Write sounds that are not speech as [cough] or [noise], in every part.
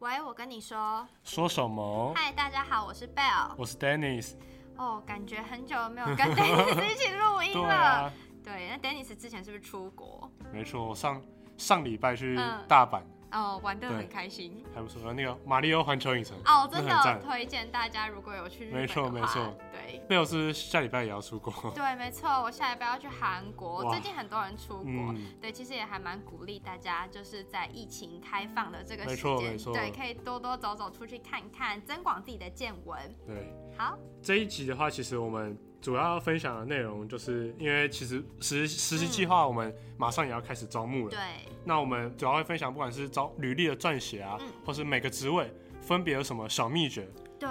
喂，我跟你说，说什么？嗨，大家好，我是 Bell。我是 Dennis。哦，感觉很久没有跟 [laughs] Dennis 一起录音对了。啊，对，那 Dennis 之前是不是出国？没错，我上上礼拜去嗯大阪，哦，玩得对很开心。还不错。那个马里奥环球影城，哦，那真很的赞推荐大家，如果有去日本没错的没话错对贝尔斯下礼拜也要出 [laughs] 国。对，没错。我下礼拜要去韩国，哇最近很多人出国。嗯，对，其实也还蛮鼓励大家，就是在疫情开放的这个时没错间没，错对，可以多多走走出去看看，增广自己的见闻。对。好，这一集的话，其实我们主要分享的内容，就是因为其实实实习计划，我们马上也要开始招募了。嗯对，那我们主要会分享，不管是招履历的撰写啊，嗯或是每个职位分别有什么小秘诀。对，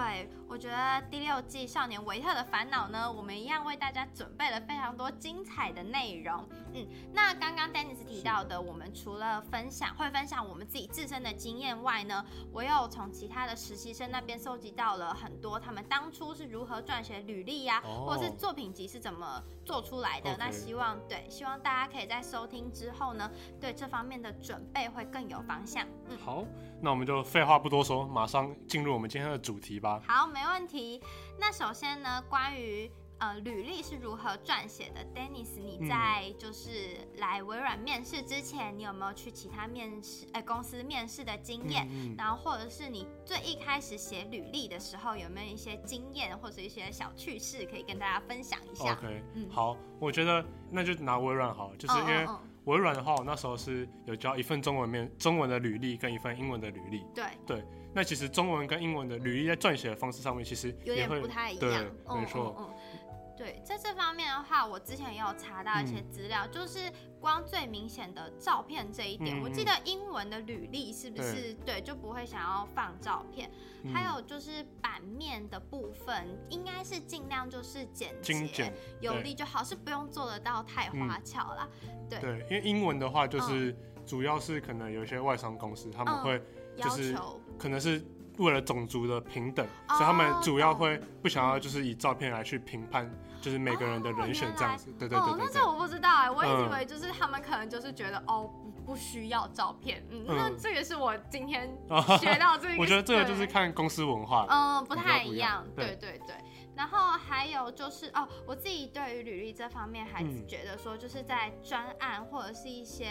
我觉得第六季《少年维特的烦恼》呢，我们一样为大家准备了非常多精彩的内容。嗯，那刚刚 Dennis 提到的，我们除了分享会分享我们自己自身的经验外呢，我有从其他的实习生那边搜集到了很多他们当初是如何撰写履历呀、哦啊或者是作品集是怎么做出来的。 OK 那希望对，希望大家可以在收听之后呢，对这方面的准备会更有方向。嗯。好，那我们就废话不多说，马上进入我们今天的主题吧。好，没问题。那首先呢，关于呃履历是如何撰写的，Dennis，你嗯在就是来微软面试之前，你有没有去其他面试呃公司面试的经验？嗯嗯然后或者是你最一开始写履历的时候，有没有一些经验或者一些小趣事可以跟大家分享一下？ OK，嗯好，我觉得那就拿微软好了，哦就是因为嗯嗯微软的话，我那时候是有交一份中文面中文的履历跟一份英文的履历。嗯对，那其实中文跟英文的履历在撰写的方式上面，其实有也点会不太一对样。嗯没错嗯嗯对，在这方面的话，我之前也有查到一些嗯资料，就是光最明显的照片这一点，嗯我记得英文的履历是不是对就不会想要放照片，嗯还有就是版面的部分，应该是尽量就是简精简嗯洁。有力就好，是不用做得到太花俏啦。对，因为英文的话，就是主要是可能有一些外商公司，他们嗯会要就是求可能是为了种族的平等，哦所以他们主要懂会不想要就是以照片来去评判，就是每个人的哦人选原这样来子。对对对哦，那这对对。我不知道哎、我一直嗯以为就是他们可能就是觉得、哦不不需要照片，嗯，嗯那这个是我今天啊 [laughs] 学到哦这个，我觉得这个就是对看公司文化了。嗯不太比较不一一样样，对对对。然后还有就是哦，我自己对于履历这方面还嗯觉得说，就是在专案或者是一些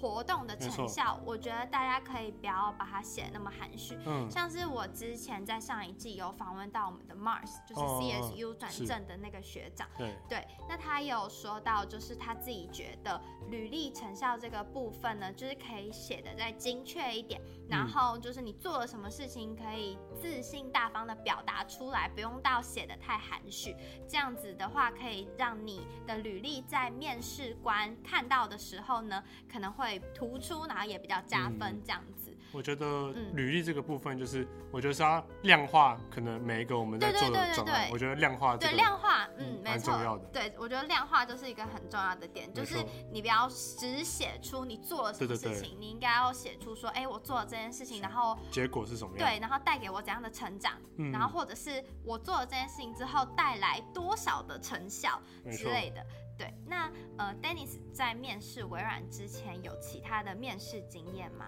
活动的没错成效，我觉得大家可以不要把它写那么含蓄，嗯，像是我之前在上一季有访问到我们的 Mars，就是哦 CSU 转是正的那个学长，对，对，那他也有说到，就是他自己觉得履历成效这个部分呢，就是可以写的再精确一点，然后就是你做了什么事情，可以自信大方的表达出来，不用到写的太含蓄。这样子的话，可以让你的履历在面试官看到的时候呢，可能会突出，然后也比较加分嗯这样子。我觉得嗯履历这个部分，就是我觉得是要量化，可能每一个我们在对对做对的对障碍，对我觉得量化这对，个量化，嗯嗯，没蛮错重要的，对我觉得量化就是一个很重要的点，就没是错你不要只写出你做了什么对事情，对对你应该要写出说，哎、我做了这件事情，然后结果是什么样。对，然后带给我怎样的成长，嗯然后或者是我做了这件事情之后带来多少的成效没之错类的。对，那呃，Dennis 在面试微软之前有其他的面试经验吗？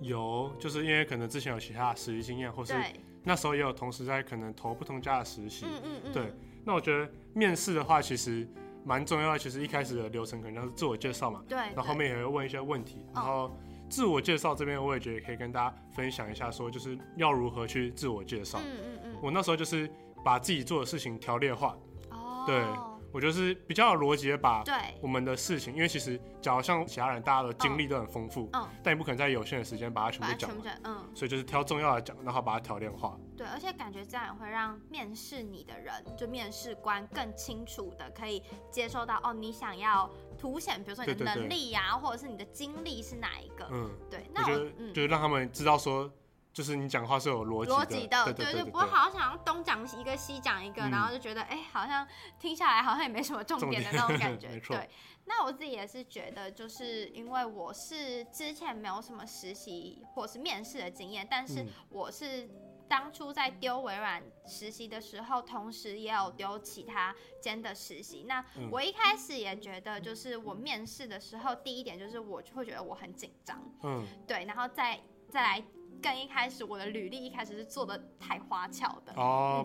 有，就是因为可能之前有其他的实习经验，或是对，那时候也有同时在可能投不同家的实习。嗯嗯嗯，对，那我觉得面试的话，其实蛮重要的。其实一开始的流程可能像是自我介绍嘛，对，然后后面也会问一些问题。嗯然后自我介绍这边，我也觉得可以跟大家分享一下，说就是要如何去自我介绍。嗯嗯嗯，我那时候就是把自己做的事情条列化，哦，对我觉得是比较有逻辑的把对，我们的事情，因为其实假如像其他人，大家的经历都很丰富，嗯，但你不可能在有限的时间把它全把它部讲全部完，讲，嗯。所以就是挑重要的讲，然后把它条列化。对，而且感觉这样也会让面试你的人，就面试官更清楚的可以接受到哦，你想要凸显，比如说你的对对对能力呀、或者是你的经历是哪一个？嗯，对，我那觉我得嗯，就是让他们知道说，就是你讲话是有逻辑逻辑的，的，对就对不会好像想要东讲一个西讲一个，然嗯后就觉得哎、好像听下来好像也没什么重重点的点那种感觉 [laughs] 没。错对，那我自己也是觉得，就是因为我是之前没有什么实习或是面试的经验，但是嗯我是当初在丢微软实习的时候，同时也有丢其他间的实习。那嗯我一开始也觉得，就是我面试的时候，第一点就是我就会觉得我很紧张，嗯，对，然后再再来更一开始我的履历一开始是做的太花俏的，哦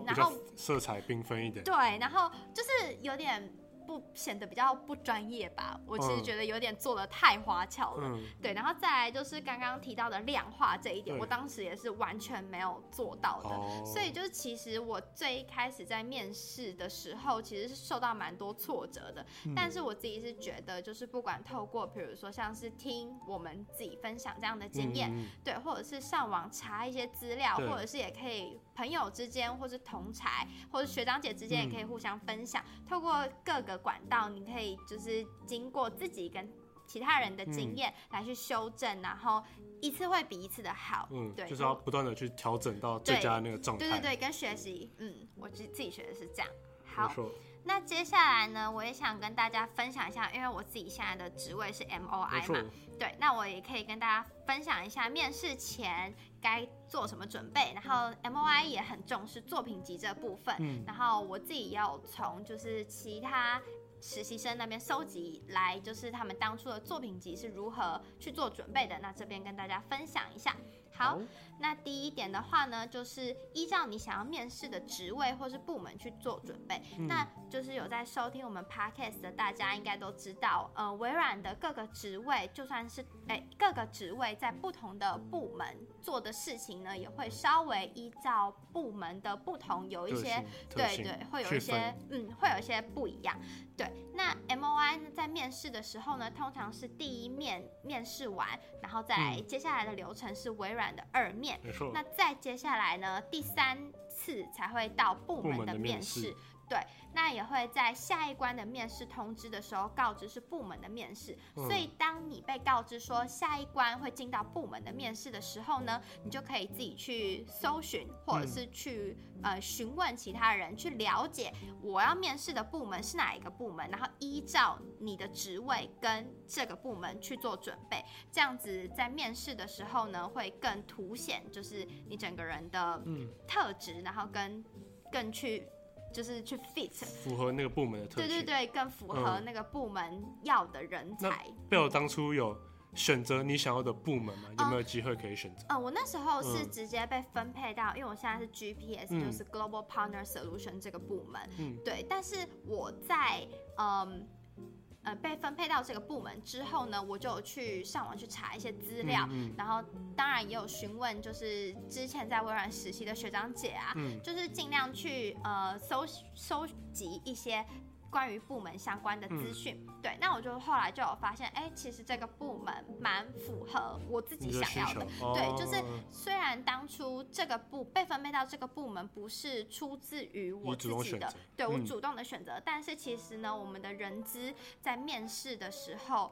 嗯，比然较后色彩缤纷一点。对，然后就是有点不显得比较不专业吧，我其实嗯觉得有点做的太花俏了。嗯，对，然后再来就是刚刚提到的量化这一点，对我当时也是完全没有做到的。哦，所以就是，其实我最一开始在面试的时候，其实是受到蛮多挫折的。嗯但是我自己是觉得，就是不管透过比如说像是听我们自己分享这样的经验，嗯，嗯嗯对，或者是上网查一些资料，对或者是也可以朋友之间，或是同才，或者学长姐之间也可以嗯互相分享。透过各个管道，你可以就是经过自己跟其他人的经嗯验来去修正，然后一次会比一次的好。嗯，对，就是要不断的去调整到最对佳的那个状态。对对对，跟学习，嗯，我自自己学的是这样。没好，错。那接下来呢，我也想跟大家分享一下，因为我自己现在的职位是 MOI 没嘛错，，对，那我也可以跟大家分享一下面试前该做什么准备。然后 MOI 也很重视作品集这部分，嗯然后我自己也有从就是其他实习生那边收集来，就是他们当初的作品集是如何去做准备的。那这边跟大家分享一下。好，，那第一点的话呢，就是依照你想要面试的职位或是部门去做准备。嗯那就是有在收听我们 podcast 的大家应该都知道，呃，微软的各个职位，就算是哎、各个职位在不同的部门做的事情呢，也会稍微依照部门的不同有一个些性特对性对，会有去一些分嗯，会有一些不一样。对，那 M O I 在面试的时候呢，通常是第一面面试完，然后再嗯来接下来的流程是微软的二面，没错，那再接下来呢，第三次才会到部部门门的的面面试试。对，那也会在下一关的面试通知的时候告知是部门的面试，嗯所以当你被告知说下一关会进到部门的面试的时候呢，你就可以自己去搜寻，或者嗯是去、呃询问其他人，去了解我要面试的部门是哪一个部门，然后依照你的职位跟这个部门去做准备，这样子在面试的时候呢，会更凸显就是你整个人的嗯，特质，然后跟更去就是去 fit，符合那个部门的特对性。对对，更符合嗯那个部门要的人那才。贝尔当初有选择你想要的部门吗？有哦没有机会可以选择？嗯，我那时候是嗯直接被分配到，因为我现在是 GPS，、嗯就是 Global Partner Solution 这个部门。嗯对，但是我在嗯呃被分配到这个部门之后呢，我就有去上网去查一些资料，嗯然后当然也有询问，就是之前在微软实习的学长姐啊，嗯就是尽量去呃搜搜集一些关于部门相关的资讯。嗯对，那我就后来就有发现，哎、其实这个部门蛮符合我自己你的需想要求的。，哦对就是虽然当初这个部被分配到这个部门不是出自于我你主自动己选的择，对我嗯主动的选择，但是其实呢，我们的人资在面试的时候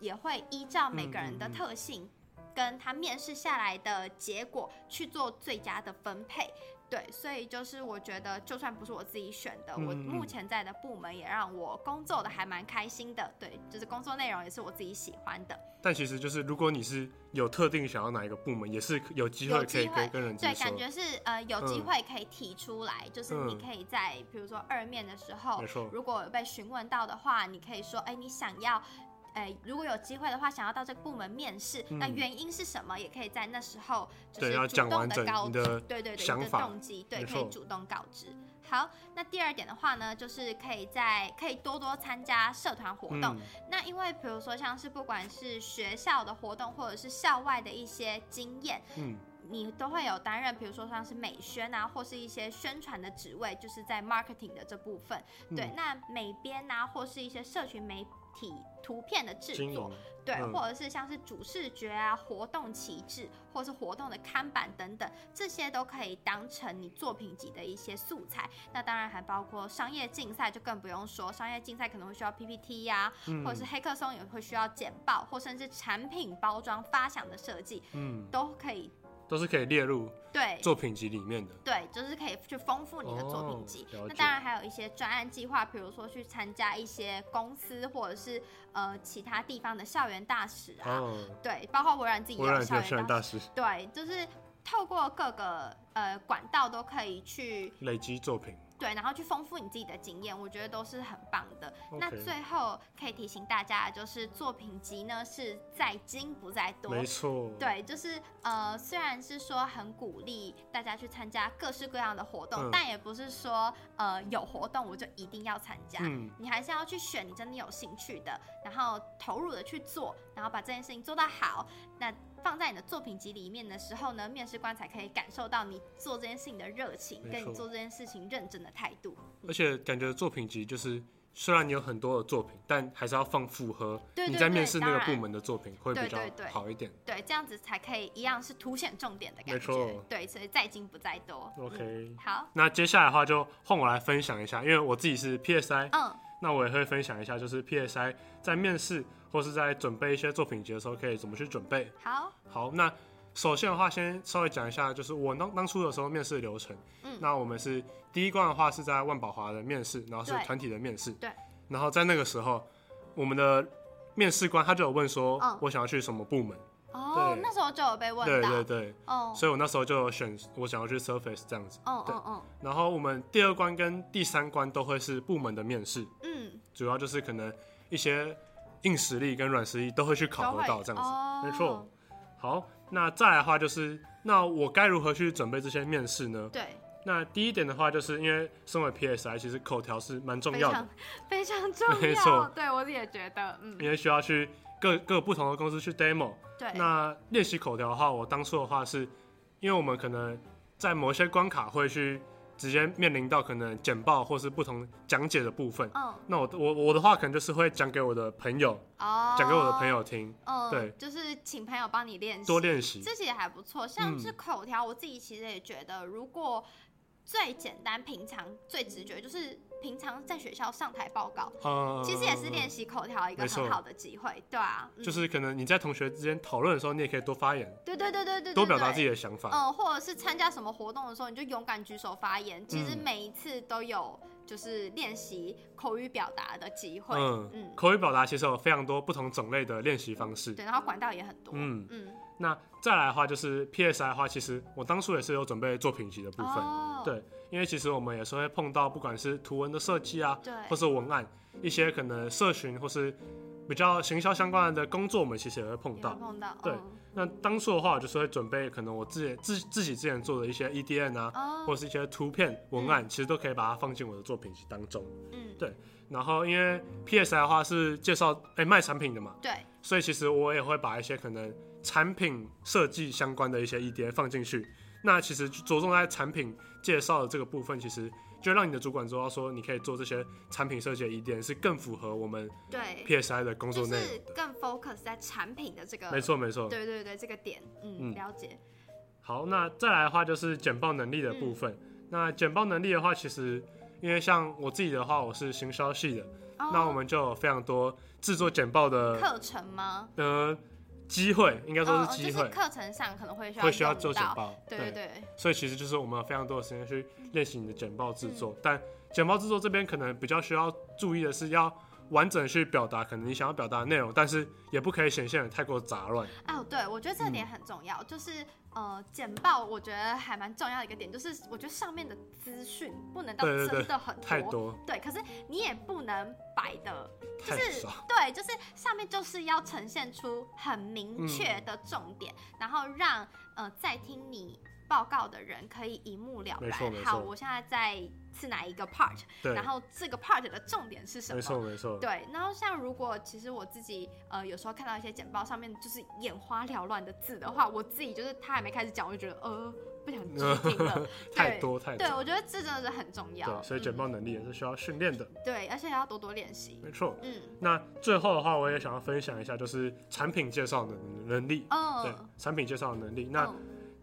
也会依照每个人的嗯嗯嗯特性。跟他面试下来的结果去做最佳的分配，对，所以就是我觉得，就算不是我自己选的，我嗯嗯嗯目前在的部门也让我工作的还蛮开心的，对，就是工作内容也是我自己喜欢的。但其实就是如果你是有特定想要哪一个部门，也是有机会有可以机会跟跟人直对，感说，觉是呃有机嗯会可以提出来，就是你嗯可以在比如说二面的时候没，错，如果有被询问到的话，你可以说，哎、你想要。哎，如果有机会的话，想要到这个部门面试，那嗯原因是什么？也可以在那时候就对要是主讲动完的整告你知，的对对对，想你的法动机，对，没可以错主动告知。好，那第二点的话呢，就是可以在可以多多参加社团活动，嗯那因为比如说像是不管是学校的活动，或者是校外的一些经验，嗯，你都会有担任，比如说像是美宣啊，或是一些宣传的职位，就是在 marketing 的这部分。嗯对，那美编啊，或是一些社群媒体图片的制经作营，，对，嗯或者是像是主视觉啊、活动旗帜，或是活动的看板等等，这些都可以当成你作品集的一些素材。那当然还包括商业竞赛，就更不用说，商业竞赛可能会需要 PPT 呀、嗯啊或者是黑客松也会需要简报，或甚至产品包装发想的设计，嗯，都可以。都是可以列入对，作品集里面的，对，就是可以去丰富你的作哦品集。了那解当然还有一些专案计划，比如说去参加一些公司或者是呃其他地方的校园大使啊，哦，对，包括微软自己也微有软的校校园园大大师对，就是透过各个呃管道都可以去累积作品，对，然后去丰富你自己的经验，我觉得都是很棒的。那 OK，最后可以提醒大家，就是作品集呢是在精不在多，没错，，对，啊就是呃，虽然是说很鼓励大家去参加各式各样的活动，嗯但也不是说呃有活动我就一定要参加。嗯，你还是要去选你真的有兴趣的，然后投入的去做，然后把这件事情做到好。那放在你的作品集里面的时候呢，面试官才可以感受到你做这件事情的热情，没跟你错做这件事情认真的态度。而且感觉作品集就是，虽然你有很多的作品，但还是要放符合对你对在对，面试那个当然部门的作品会比较对对对好一点。对，这样子才可以一样是凸显重点的感没觉错。对，所以在精不在多。嗯 OK，好，嗯那接下来的话就换我来分享一下，因为我自己是 PSI，嗯，那我也会分享一下，就是 PSI 在面试或是在准备一些作品集的时候可以怎么去准备。好，好，那首先的话，先稍微讲一下，就是我当当初的时候面试流程。嗯那我们是第一关的话是在万宝华的面试，然后是对团体的面试。对。然后在那个时候，我们的面试官他就有问说，嗯我想要去什么部门？哦，对那时候就有被问对到，对对，哦，所以我那时候就有选我想要去 Surface 这样子。哦对哦哦，然后我们第二关跟第三关都会是部门的面试，嗯，主要就是可能一些硬实力跟软实力都会去考都核会到这样子。哦、没错，。好，那再来的话就是，那我该如何去准备这些面试呢？对，那第一点的话，就是因为身为 PSI，其实口条是蛮重非要的常，非常 [laughs] 重要，没错对我也觉得，嗯，因为需要去各各不同的公司去 demo。对，那练习口条的话，我当初的话是，因为我们可能在某些关卡会去直接面临到可能简报或是不同讲解的部分。嗯，那我我我的话可能就是会讲给我的朋友，哦，讲给我的朋，友听，嗯，对就是请朋友帮你练习，多练习。这其实还不错。像嗯是口条，我自己其实也觉得，如果最简单、平常、最直觉，就是平常在学校上台报告，嗯，其实也是练习口条一个没错很好的机会，对啊，嗯就是可能你在同学之间讨论的时候，你也可以多发言，对对对对对，多表达自己。己的想法。嗯，或者是参加什么活动的时候，你就勇敢举手发言。其实嗯每一次都有就是练习口语表达的机会，嗯嗯，口语表达其实有非常多不同种类的练习方式。对，然后管道也很多，嗯，嗯，那再来的话就是 PSI 的话，其实我当初也是有准备作品集的部分，哦，对因为其实我们也是会碰到不管是图文的设计啊，对，或是文案，一些可能社群或是比较行销相关的工作，我们其实也会碰也到会。碰到，对嗯那当初的话，我就是会准备可能我自己自自己之前做的一些 EDN 啊，哦，或是一些图片文案，其实都可以把它放进我的作品集当中。嗯，然后因为 PSI 的话是介绍哎、卖产品的嘛，对，所以其实我也会把一些可能产品设计相关的一些 EDA 放进去。那其实着重在产品介绍的这个部分，其实就让你的主管知道说，你可以做这些产品设计的 EDA 是更符合我们对， PSI 的工就作内是容的。更 focus 在产品的这个，没，错，没错。对对对，这个点，嗯，嗯了解，好，那再来的话就是简报能力的部分。嗯那简报能力的话，其实因为像我自己的话，我是行销系的，哦那我们就有非常多制作简报的课程吗？呃机会，应该说嗯是机就会是，课程上可能会需要会需要用做简到报。对对对，所以其实就是我们有非常多的时间去练习你的简报制作，嗯但简报制作这边可能比较需要注意的是要。完整地去表达可能你想要表达的内容，但是也不可以显现的太过杂乱。哦，对，我觉嗯得这点很重要，就是呃，简报我觉得还蛮重要的一个点，就是我觉得上面的资讯不能到对对对真的很多，太多对，可是你也不能摆的，就太是少，对，就是上面就是要呈现出很嗯明确的重点，然后让呃在听你报告的人可以一目了没错没然。错好，我现在在是哪一个 part，对，然后这个 part 的重点是什没么？错没错，。对，然后像如果其实我自己呃有时候看到一些简报上面就是眼花缭乱的字的话，我自己就是他还没开始讲，我就觉得呃不想继续听了 [laughs] 太多太对，多，对，我觉得这真的是很重要。对，啊所以简报能力也是需要训练的，嗯、对，而且要多多练习。没错。嗯那最后的话，我也想要分享一下，就是产品介绍的能力，对嗯，，产品介绍的能力。那嗯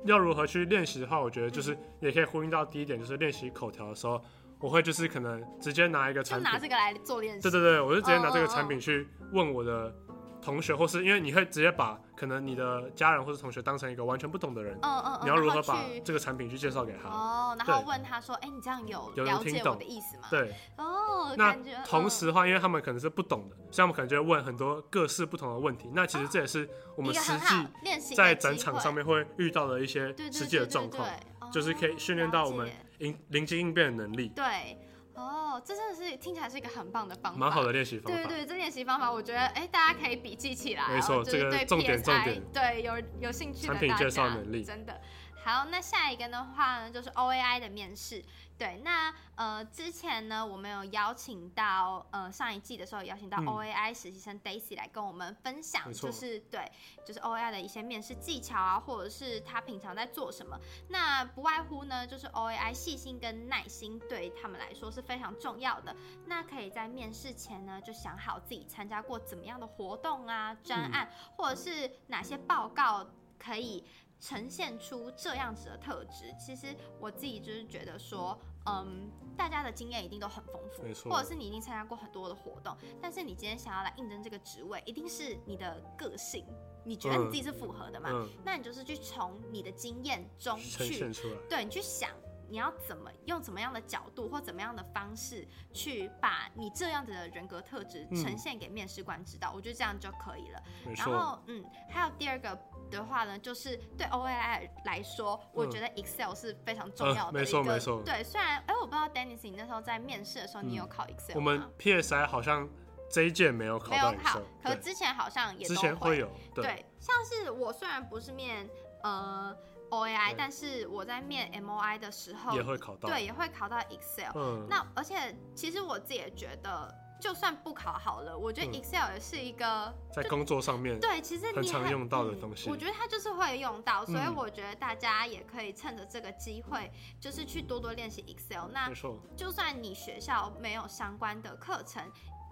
要如何去练习的话，我觉得就是也可以呼应到第一点，就是练习口条的时候，我会就是可能直接拿一个就产拿品，这个来做练习。对对对，我就直接拿这嗯嗯个嗯产品去问我的同学，或是因为你会直接把可能你的家人或是同学当成一个完全不懂的人，嗯嗯嗯，你要如何然后把去这个产品去介绍给他？哦，然后对问他说，哎，你这样有有人了听解我懂的意思吗？对，哦，那感觉同嗯时的话，因为他们可能是不懂的，所以他们可能就会问很多各式不同的问题。那其实这也是我们一个实很际好练习的在机展场会上面会遇到的一些对对实际的对对状况。对就是可以训练哦到我了们解应临机应变的能力，对，哦，这真的是听起来是一个很棒的方法，蛮好的练习方对法。对，这练习方法我觉得，哎，大家可以笔记起来、哦。没错就是这个对重点 PSI 重点对，有有兴趣的产品大家介绍能力真的。好，那下一个的话呢，就是 OAI 的面试。对，那呃，之前呢，我们有邀请到呃上一季的时候有邀请到嗯 OAI 实习生 Daisy 来跟我们分享，没错就是对，就是 OAI 的一些面试技巧啊，或者是他平常在做什么。那不外乎呢，就是 OAI 细心跟耐心对他们来说是非常重要的。那可以在面试前呢，就想好自己参加过怎么样的活动啊、专嗯案，或者是哪些报告可以呈现出这样子的特质。其实我自己就是觉得说，嗯，大家的经验一定都很丰富没，错或者是你已经参加过很多的活动，但是你今天想要来应征这个职位，一定是你的个性，你觉得你嗯自己是符合的嘛？嗯，那你就是去从你的经验中呈去现出来。对你去想你要怎么用怎么样的角度或怎么样的方式去把你这样子的人格特质嗯呈现给面试官知道，我觉得这样就可以了。没然错，嗯后，嗯，还有第二个的话呢，就是对 OAI 来说，我觉得 Excel 是非常重要的嗯没一个。错没错嗯对，虽然哎，我不知道 Dennis 你那时候在面试的时候，你有考 Excel 吗？我们 PSI 好像这一届没有考没有考到 Excel，，可对之前好像也之都前会会有，对，对，像是我虽然不是面呃 OAI，对但是我在面 MOI 的时候也会考到。对，也会考到 Excel。嗯，那而且其实我自己也觉得，就算不考好了，我觉得嗯 Excel 也是一个、在工作上面，对，其实你很常用到的嗯东西我觉得它就是会用到，所以嗯我觉得大家也可以趁着这个机会，就是去多多练习 Excel。那没错，就算你学校没有相关的课程，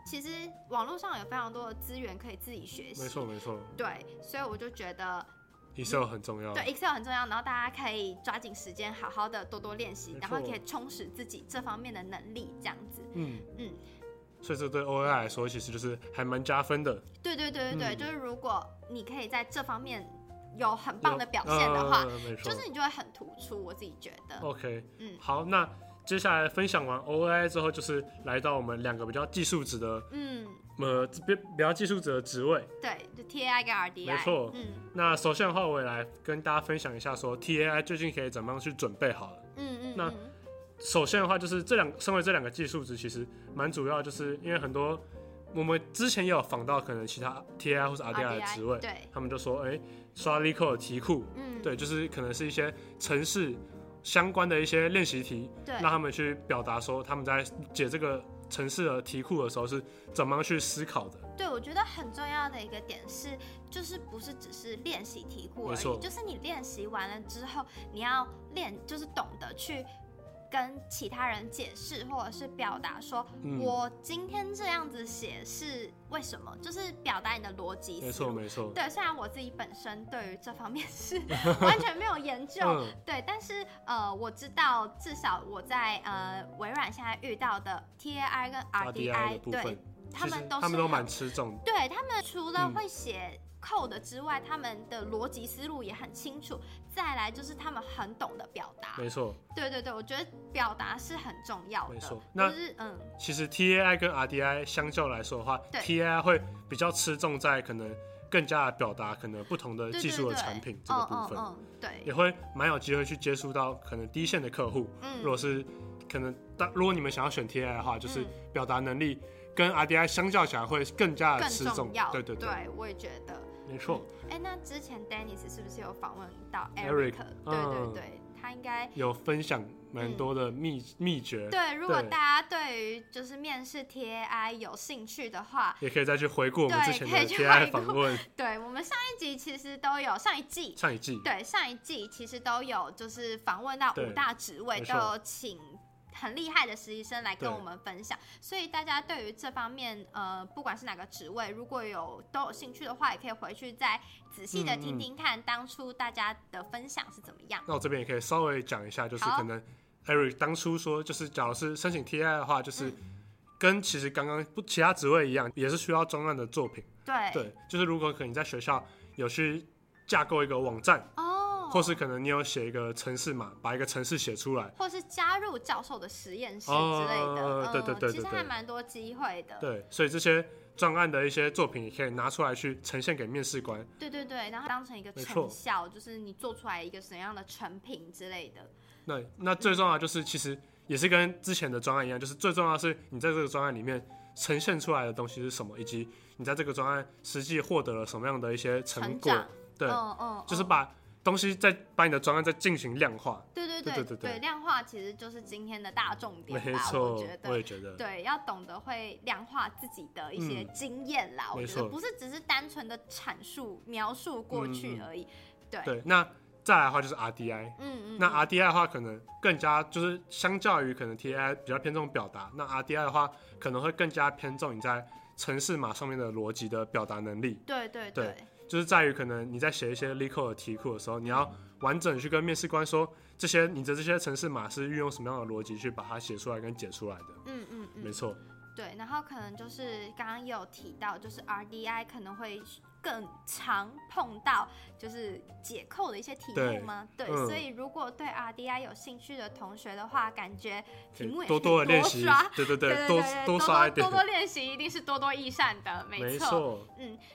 其实网络上有非常多的资源可以自己学没习。错，没错对，所以我就觉得，Excel 很重要。嗯对 Excel 很重要，然后大家可以抓紧时间，好好的多多练习没，然后错可以充实自己这方面的能力，这样子。嗯嗯，所以这对 OI 来说，其实就是还蛮加分的。对对对对对，嗯就是如果你可以在这方面有很棒的表现的话，呃、没错哦就是你就会很突出。我自己觉得， OK，嗯好，那接下来分享完 OI 之后，就是来到我们两个比较技术值的嗯，呃比比较技术值的职位。对，就 TI 跟 RDI，没错嗯那首先的话，我也来跟大家分享一下，说 TAI 究竟可以怎么样去准备好了。嗯嗯，那嗯首先的话，就是这两身为这两个技术值，其实蛮主要，就是因为很多我们之前也有访到可能其他 TAI 或是 RDI 的 RDI 职位，对，他们就说，哎、刷 l e c o 题库，嗯对，就是可能是一些城市相关的一些练习题，对让他们去表达说他们在解这个城市的题库的时候是怎么样去思考的。对，我觉得很重要的一个点是，就是不是只是练习题库没而错已，就是你练习完了之后，你要练，就是懂得去跟其他人解释，或者是表达说，嗯我今天这样子写是为什么，就是表达你的逻辑思没错，路。没错，对，虽然我自己本身对于这方面 [laughs] 是完全没有研究，嗯，对，但是呃，我知道至少我在呃微软现在遇到的 TAI 跟 RDI 的 RDI，部对分，他其实们都是他们都很蛮吃重的。对他们除了嗯会写 code 之外，他们的逻辑思路也很清楚。再来就是他们很懂得表达。没错，对对对，我觉得表达是很重要的。没错那就是嗯，其实 TAI 跟 RDI 相较来说的话对，TAI 会比较吃重在可能更加表达可能不同的对对技术的对产品这个部分，嗯嗯嗯，对，也会蛮有机会去接触到可能第一线的客户。嗯如果是可能，当如果你们想要选 TI 的话，就是嗯表达能力跟 RDI 相较起来会更加的更吃重重。要。对对对，我也觉得。没错，哎、那之前 Dennis 是不是有访问到 Eric，对嗯对对，他应该。有分享蛮多的秘、秘诀，嗯对，如果对大家对于就是面试 TAI 有兴趣的话，也可以再去回顾我们之对前可的以去 TI 回顾访问对我们上一集其实都有上一季上一季。对，上一季其实都有就是访问到对五大职位，没都错有请很厉害的实习生来跟对我们分享。所以大家对于这方面，呃，不管是哪个职位，如果有都有兴趣的话，也可以回去再仔细的嗯听嗯听看当初大家的分享是怎么样。那我这边也可以稍微讲一下，就是好可能 Eric 当初说，就是假如是申请 TI 的话，就是嗯跟其实刚刚不其他职位一样，也是需要专案的作品。对，对，就是如果可能你在学校有去架构一个网站，哦，或是可能你有写一个程式码，把一个程式写出来。或是加入教授的实验室之类哦的，嗯，对对对其实对对还蛮多机会的，对，所以这些专案的一些作品也可以拿出来去呈现给面试官。对对对，然后当成一个没成错效，就是你做出来一个什么样的成品之类的，那那最重要的就是，其实也是跟之前的专案一样，就是最重要的是你在这个专案里面呈现出来的东西是什么，以及你在这个专案实际获得了什么样的一些成成果长。，对，嗯嗯，就是嗯把东西再把你的专案再进行量化。对对对对对对对量化其实就是今天的大重点没吧，错我觉，我得也。觉得。对，要懂得会量化自己的一些嗯经验啦，我没觉得错不是只是单纯的阐述描述过去嗯嗯而已。对，那再来的话就是 RDI。嗯嗯，那嗯 RDI 的话，可能更加就是相较于可能 TI 比较偏重表达，那 RDI 的话可能会更加偏重你在城市码上面的逻辑的表达能力，对对对就是在于可能你在写一些 l e c o 的题库的时候，你要完整地去跟面试官说这些你的这些城市码是运用什么样的逻辑去把它写出来跟解出来的，嗯嗯嗯，没错，对，然后可能就是刚刚也有提到，就是 RDI 可能会更常碰到就是解扣的一些题对目吗？对，嗯所以如果对 RDI 有兴趣的同学的话，感觉题目也可多以多的练习刷，对对对对多对多多刷一多点多，多练习一定是多多益善的，没错。错，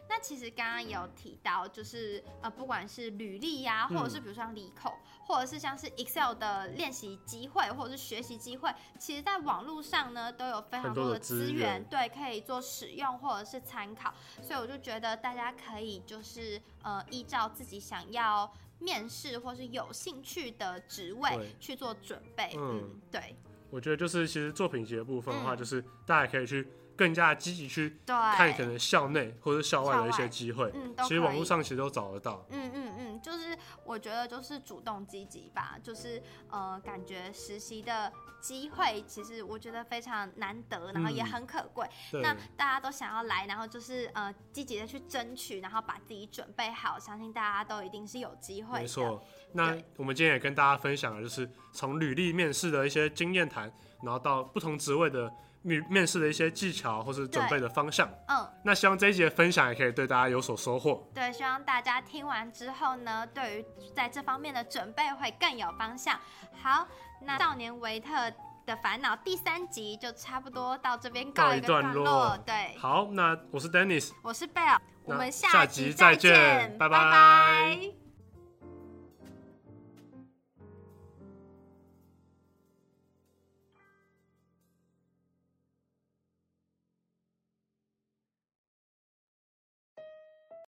那其实刚刚也有提到，就是呃，不管是履历呀、嗯或者是比如说像理口，或者是像是 Excel 的练习机会，或者是学习机会，其实在网络上呢都有非常很多的的资资源对，可以做使用或者是参考。所以我就觉得大家可以就是呃，依照自己想要面试或是有兴趣的职位对去做准备。嗯嗯，对我觉得就是其实作品集的部分的话，嗯就是大家也可以去更加积极去对，看可能校内或者校外的一些机会，嗯，都其实网可以络上其实都找得到。嗯嗯嗯，就是我觉得就是主动积极吧，就是呃，感觉实习的机会其实我觉得非常难得，然后也嗯很可贵。对，那大家都想要来，然后就是呃积极的去争取，然后把自己准备好，相信大家都一定是有机会没的。错。那对我们今天也跟大家分享了，就是从履历面试的一些经验谈，然后到不同职位的面面试的一些技巧或是准备的方向。嗯，那希望这一节分享也可以对大家有所收获。对，希望大家听完之后呢，对于在这方面的准备会更有方向。好，那少年维特。的烦恼第三集就差不多到这边告告一一个段段落落，哎对，好，那我是 Dennis，我是贝尔，那我们下下集集再再见见，拜拜拜拜